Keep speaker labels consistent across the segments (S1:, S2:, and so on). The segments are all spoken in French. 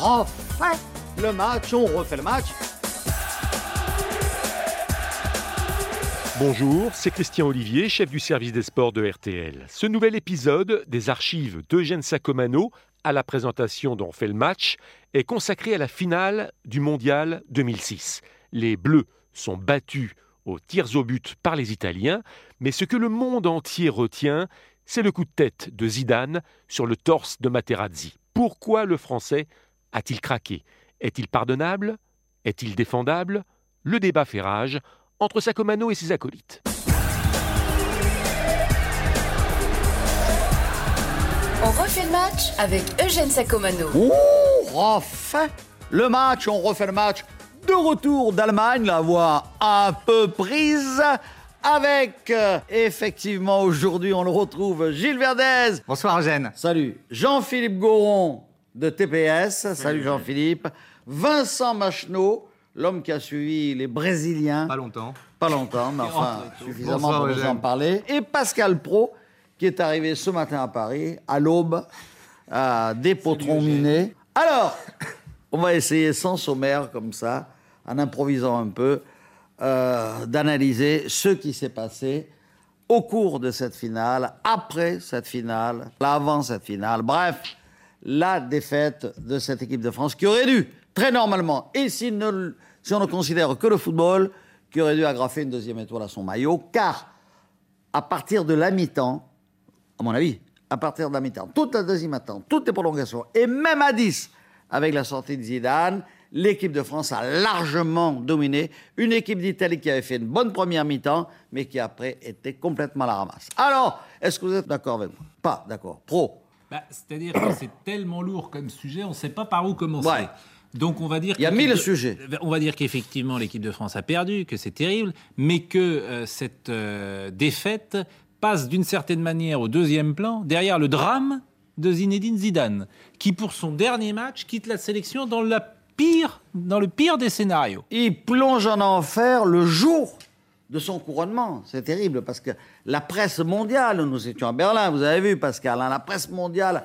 S1: refait le match, on refait le match.
S2: Bonjour, c'est Christian Olivier, chef du service des sports de RTL. Ce nouvel épisode des archives d'Eugène Sacomano à la présentation d'On fait le match est consacré à la finale du mondial 2006. Les Bleus sont battus aux tirs au but par les Italiens, mais ce que le monde entier retient, c'est le coup de tête de Zidane sur le torse de Materazzi. Pourquoi le Français a-t-il craqué Est-il pardonnable Est-il défendable Le débat fait rage entre Sacomano et ses acolytes.
S3: On refait le match avec Eugène Sacomano.
S1: Ouh, refait le match, on refait le match. De retour d'Allemagne, la voix un peu prise. Avec, euh, effectivement, aujourd'hui, on le retrouve, Gilles Verdez.
S4: Bonsoir Eugène.
S1: Salut. Jean-Philippe Goron de TPS. Salut Jean-Philippe. Vincent Macheneau, l'homme qui a suivi les Brésiliens.
S4: Pas longtemps.
S1: Pas longtemps, mais enfin, suffisamment
S4: Bonsoir,
S1: pour nous en
S4: Eugène.
S1: parler. Et Pascal Pro, qui est arrivé ce matin à Paris, à l'aube, à des potrons minés. Alors, on va essayer sans sommaire, comme ça, en improvisant un peu, euh, d'analyser ce qui s'est passé au cours de cette finale, après cette finale, avant cette finale. Bref, la défaite de cette équipe de France qui aurait dû, très normalement, et si, ne- si on ne considère que le football, qui aurait dû agrafer une deuxième étoile à son maillot, car à partir de la mi-temps, à mon avis, à partir de la mi-temps, toute la deuxième mi-temps, toutes les prolongations, et même à 10, avec la sortie de Zidane, l'équipe de France a largement dominé une équipe d'Italie qui avait fait une bonne première mi-temps, mais qui après était complètement à la ramasse. Alors, est-ce que vous êtes d'accord avec moi Pas d'accord. Pro.
S5: Bah, C'est-à-dire que c'est tellement lourd comme sujet, on ne sait pas par où commencer.
S1: Ouais.
S5: Donc on va dire
S1: Il y a
S5: que-
S1: mille sujets.
S5: On va dire qu'effectivement l'équipe de France a perdu, que c'est terrible, mais que euh, cette euh, défaite passe d'une certaine manière au deuxième plan derrière le drame de Zinedine Zidane, qui pour son dernier match quitte la sélection dans la pire, dans le pire des scénarios.
S1: Il plonge en enfer le jour de son couronnement. C'est terrible parce que la presse mondiale, nous étions à Berlin, vous avez vu Pascal, hein, la presse mondiale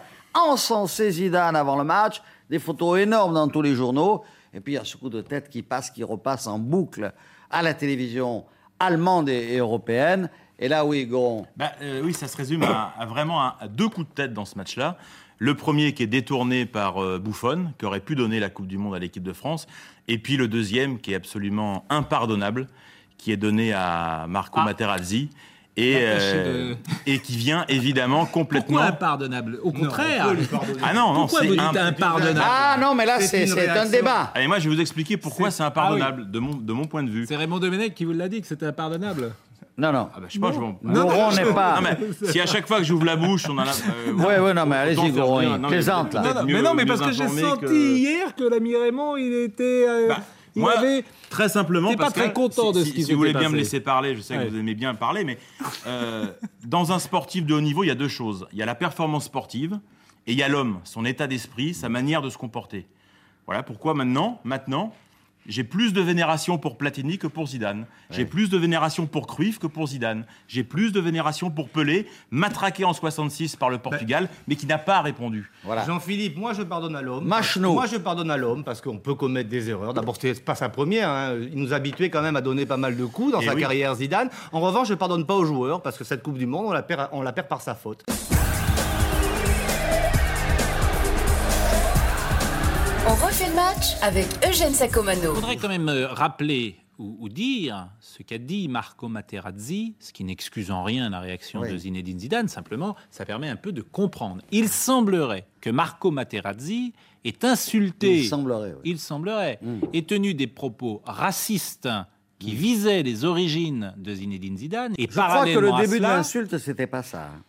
S1: encensait Zidane avant le match, des photos énormes dans tous les journaux, et puis il y a ce coup de tête qui passe, qui repasse en boucle à la télévision allemande et et européenne. Et là, oui, Goron,
S6: Bah, euh, oui, ça se résume à, à vraiment un- à deux coups de tête dans ce match-là. Le premier qui est détourné par euh, Buffon, qui aurait pu donner la Coupe du Monde à l'équipe de France. Et puis le deuxième qui est absolument impardonnable, qui est donné à Marco
S5: Ah.
S6: Materazzi. Et,
S5: L'empêcher
S6: euh,
S5: de-
S6: et qui vient évidemment complètement.
S5: Pourquoi impardonnable Au contraire.
S6: ah non, non,
S5: Pourquoi vous
S6: c'est
S5: dites
S6: un-
S5: impardonnable
S1: Ah non, mais là,
S4: C'est
S1: c'est
S4: une
S1: c'est un
S4: réaction.
S1: débat.
S6: Allez, moi, je vais vous expliquer pourquoi
S5: C'est- ah
S6: c'est impardonnable de, mon, de mon point de vue.
S5: C'est Raymond Domenech qui vous l'a dit que c'était impardonnable.
S1: Non, non.
S6: Ah bah, je sais pas, je vais en-
S1: Goron n'est pas.
S6: Non, mais si à chaque fois que j'ouvre la bouche, on en a. euh,
S1: Ouais, ouais, non, mais
S6: autant
S1: allez-y,
S6: faire
S1: Goron,
S6: venir-
S1: il
S6: non,
S1: plaisante, là.
S6: peut-être
S5: Non, non,
S6: mieux-
S5: mais non, mais
S6: mieux
S5: parce que j'ai
S6: informé
S5: senti
S6: que-
S5: hier que l'ami Raymond, il était. euh,
S6: Bah,
S5: il
S6: moi,
S5: avait.
S6: très simplement,
S5: t'es pas
S6: parce que
S5: très content
S6: si-
S5: de
S6: si-
S5: ce qui
S6: Si vous voulez
S5: s'était
S6: bien me
S5: passé.
S6: laisser parler, je sais
S5: Ouais.
S6: que vous aimez bien parler, mais euh, dans un sportif de haut niveau, il y a deux choses. Il y a la performance sportive et il y a l'homme, son état d'esprit, sa manière de se comporter. Voilà pourquoi maintenant, maintenant, j'ai plus de vénération pour Platini que pour Zidane. J'ai plus de vénération pour Cruyff que pour Zidane. J'ai plus de vénération pour Pelé, matraqué en 66 par le
S5: Bah
S6: Portugal, mais qui n'a pas répondu.
S1: Voilà.
S4: Jean-Philippe, moi je pardonne à l'homme.
S1: Macheneau.
S4: Moi je pardonne à l'homme parce qu'on peut commettre des erreurs. D'abord, c'est pas sa première. hein. Il nous habituait quand même à donner pas mal de coups dans
S6: Eh
S4: sa
S6: oui.
S4: carrière Zidane. En revanche, je pardonne pas aux joueurs parce que cette Coupe du Monde, on la perd, on la perd par sa faute.
S3: On refait le match avec Eugène Sacomano.
S5: Je voudrais quand même euh, rappeler ou, ou dire ce qu'a dit Marco Materazzi, ce qui n'excuse en rien la réaction
S1: Oui.
S5: de Zinedine Zidane, simplement ça permet un peu de comprendre. Il semblerait que Marco Materazzi est insulté.
S1: Il Hmm. semblerait, oui.
S5: il semblerait, ait tenu des propos racistes qui visaient les origines de Zinedine Zidane. Et
S1: Hmm. Je crois que
S5: parallèlement
S1: le
S5: à
S1: début de
S5: cela-
S1: l'insulte, c'était pas ça. hein.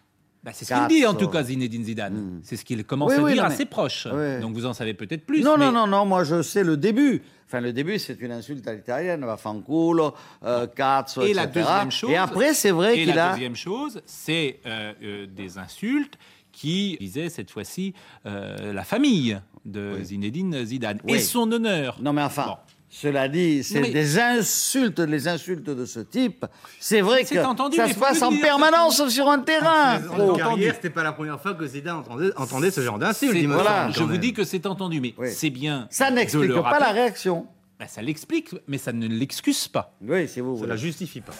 S5: Bah, c'est ce qu'il dit en tout
S1: Cazzo.
S5: cas Zinedine Zidane. C'est ce qu'il commence
S1: Mmh. Oui,
S5: à
S1: oui,
S5: dire
S1: non,
S5: à
S1: mais-
S5: ses proches.
S1: Oui.
S5: Donc vous en savez peut-être plus.
S1: Non, non,
S5: mais-
S1: non, non, moi je sais le début. Enfin, le début, c'est une insulte à l'italienne, va fanculo, euh, cazzo,
S5: Et
S1: etc.
S5: la deuxième chose.
S1: Et après, c'est vrai
S5: et
S1: qu'il
S5: la
S1: a.
S5: deuxième chose, c'est euh, euh, des insultes qui visaient cette fois-ci euh, la famille de Zinedine Zidane
S1: Oui.
S5: et son honneur.
S1: Non, mais enfin,
S5: Bon.
S1: Cela dit, c'est
S5: mais-
S1: des insultes, les insultes de ce type. C'est vrai
S5: C'est
S1: que
S5: entendu,
S1: ça
S5: mais
S1: se
S5: faut
S1: passe
S5: le
S1: en
S5: dire,
S1: permanence sur un terrain.
S4: En
S1: Oh.
S4: carrière, c'était pas la première fois que Zidane entendait, entendait ce genre d'insulte.
S5: C'est-
S4: il me
S1: voilà.
S4: semble,
S5: Je
S4: quand
S5: vous
S4: même.
S5: dis que c'est entendu, mais
S1: Oui.
S5: c'est bien.
S1: Ça
S5: de
S1: n'explique
S5: le
S1: pas
S5: rappeler.
S1: la réaction.
S5: Bah, ça l'explique, mais ça ne l'excuse pas.
S1: Oui, si vous
S4: Ça
S1: voulez.
S4: la justifie pas.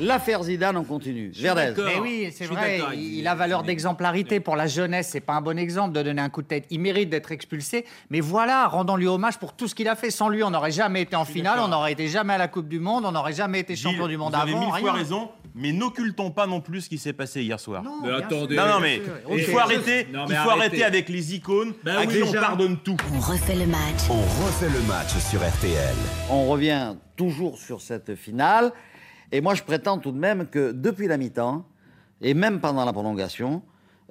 S1: L'affaire Zidane, on continue.
S5: suis
S1: Verdez.
S5: d'accord.
S7: Mais oui, c'est
S5: Je suis
S7: vrai,
S5: d'accord,
S7: il,
S5: il-
S7: il a valeur d'exemplarité pour la jeunesse, c'est pas un bon exemple de donner un coup de tête. Il mérite d'être expulsé, mais voilà, rendons-lui hommage pour tout ce qu'il a fait. Sans lui, on n'aurait jamais été en finale, on n'aurait été jamais à la Coupe du Monde, on n'aurait jamais été champion
S6: Gilles,
S7: du monde
S6: vous avez
S7: avant.
S6: mille
S7: rien.
S6: fois raison, mais n'occultons pas non plus ce qui s'est passé hier soir.
S7: Non,
S5: Mais
S7: Oh, bien sûr.
S5: attendez.
S6: Non, non, mais
S7: Ok.
S6: il faut arrêter,
S5: Non, mais
S6: il faut
S5: arrêtez.
S6: arrêter avec les icônes
S5: Ben
S6: à
S5: oui,
S6: qui on
S5: déjà.
S6: pardonne tout.
S8: On refait le match.
S9: On refait le match sur RTL.
S1: On revient toujours sur cette finale. Et moi, je prétends tout de même que depuis la mi-temps, et même pendant la prolongation,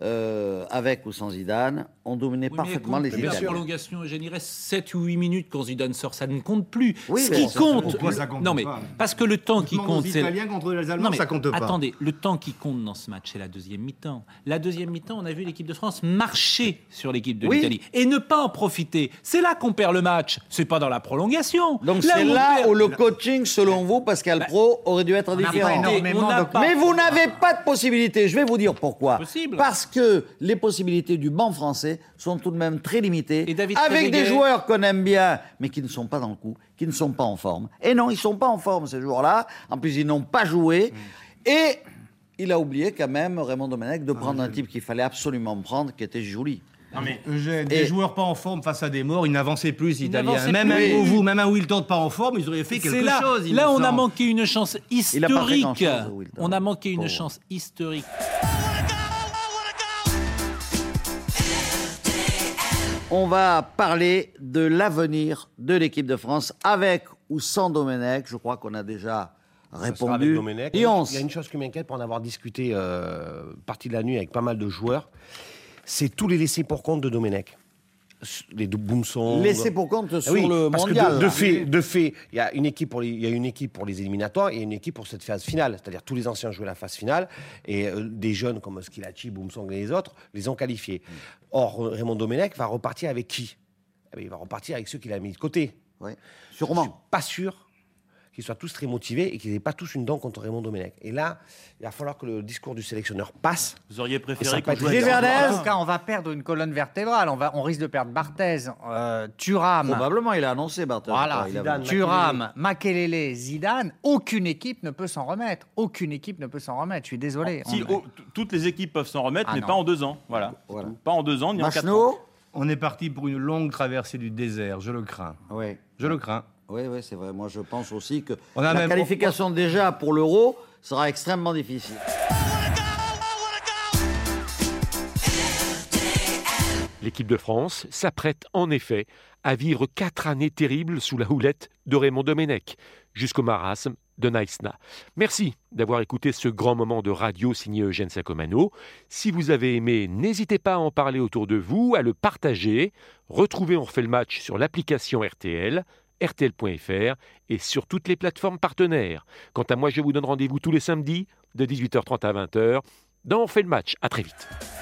S1: euh, avec ou sans Zidane, on dominait
S5: Oui, mais
S1: parfaitement
S5: compte
S1: les
S5: plus. La
S1: Italiens.
S5: prolongation, générerait 7 ou 8 minutes quand Zidane sort, ça ne compte plus.
S1: Oui,
S5: Ce
S1: mais
S5: qui
S1: ça, ça
S5: compte.
S4: compte pas, ça compte
S5: non, mais
S4: pas.
S5: parce que le temps qui
S4: Demande
S5: compte,
S4: aux
S5: c'est.
S4: Italiens contre les Allemands,
S5: mais
S4: ça compte pas.
S5: Attendez, le temps qui compte dans ce match, c'est la deuxième mi-temps. La deuxième mi-temps, on a vu l'équipe de France marcher sur l'équipe de
S1: Oui.
S5: l'Italie et ne pas en profiter. C'est là qu'on perd le match. C'est pas dans la prolongation.
S1: Donc
S5: Là
S1: c'est
S5: où on
S1: là
S5: perd-
S1: où le coaching, selon vous, Pascal Pro, aurait dû être
S5: Ben, on n'a
S1: différent.
S5: pas été- on
S7: Énormément
S5: n'a
S7: de-
S5: Ah, pas-
S1: Mais vous n'avez pas de possibilité. Je vais vous dire pourquoi.
S5: Possible.
S1: Parce que les possibilités du banc français sont tout de même très limitées.
S5: Et David
S1: avec
S5: Trezeguet
S1: des joueurs qu'on aime bien, mais qui ne sont pas dans le coup, qui ne sont pas en forme. Et non, ils ne sont pas en forme ces joueurs-là. En plus, ils n'ont pas joué.
S5: Hmm.
S1: Et il a oublié quand même, Raymond Domenech,
S5: Ah,
S1: de prendre un type qu'il fallait absolument prendre, qui était joli.
S6: Non, mais
S4: Eugène, Des
S1: Et-
S4: joueurs pas en forme face à des morts, ils n'avançaient plus, les
S5: Ils
S4: Italiens.
S5: n'avançaient
S4: Même
S5: plus.
S4: un Kouvou, même un Wilton pas en forme, ils auraient fait
S5: C'est
S4: quelque
S5: là,
S4: chose. il
S5: là
S4: me
S5: on a
S4: semble.
S5: manqué une
S1: Il
S5: chance
S1: a pas fait
S5: historique.
S1: grand-chose, Wilton.
S5: On a manqué une
S1: Pauvre.
S5: chance historique.
S1: On va parler de l'avenir de l'équipe de France avec ou sans Domenech. Je crois qu'on a déjà
S10: Ça sera avec
S1: répondu.
S10: Domenech. hein.
S1: Et on
S10: Il y a une chose qui m'inquiète pour en avoir discuté euh, partie de la nuit avec pas mal de joueurs, c'est tous les laissés pour compte de Domenech. S- Les dou- Boumson.
S1: laissé pour compte
S10: Ah
S1: sur
S10: oui,
S1: le
S10: parce que
S1: mondial. hein,
S10: de, de
S1: là.
S10: fait, de fait, il y a une équipe pour les, il y a une équipe pour les éliminatoires et une équipe pour cette phase finale. C'est-à-dire tous les anciens jouaient la phase finale et euh, des jeunes comme Skilacci, Boumsong et les autres les ont qualifiés. Or euh, Raymond Domenech va repartir avec qui Eh bien, Il va repartir avec ceux qu'il a mis de côté.
S1: Ouais,
S10: Je
S1: Sûrement.
S10: suis pas sûr qu'ils soient tous très motivés et qu'ils n'aient pas tous une dent contre Raymond Domenech. Et là, il va falloir que le discours du sélectionneur passe.
S6: vous auriez
S10: Et
S6: préféré
S10: ça peut
S6: qu'on
S10: être
S6: joue à
S1: Gilles Verdez.
S7: En tout cas, on va perdre une colonne vertébrale. On, va, on risque de perdre Barthez, euh, Thuram,
S1: Probablement, il a annoncé, Barthez.
S7: Voilà,
S1: Il a-
S10: Zidane.
S7: Thuram, Makelele, Zidane. Aucune équipe ne peut s'en remettre. Aucune équipe ne peut s'en remettre. Je suis désolé.
S6: Si,
S7: On-
S6: oh, t- toutes les équipes peuvent s'en remettre,
S7: Ah,
S6: mais
S7: non. Ah,
S6: pas en deux ans. Voilà.
S1: Voilà.
S6: Pas en deux ans, ni en quatre ans.
S1: Masno
S4: On est parti pour une longue traversée du désert, je le crains.
S1: Oui,
S4: Je le crains.
S1: oui, oui c'est vrai. Moi, je pense aussi que
S4: On
S1: la
S4: a même-
S1: qualification déjà pour l'euro sera extrêmement difficile.
S2: L'équipe de France s'apprête en effet à vivre quatre années terribles sous la houlette de Raymond Domenech, jusqu'au marasme de Naïsna. Merci d'avoir écouté ce grand moment de radio signé Eugène Sacomano. Si vous avez aimé, n'hésitez pas à en parler autour de vous, à le partager. Retrouvez On refait le match sur l'application RTL, rtl.fr et sur toutes les plateformes partenaires. Quant à moi, je vous donne rendez-vous tous les samedis de 18h30 à 20h dans On fait le match. À très vite.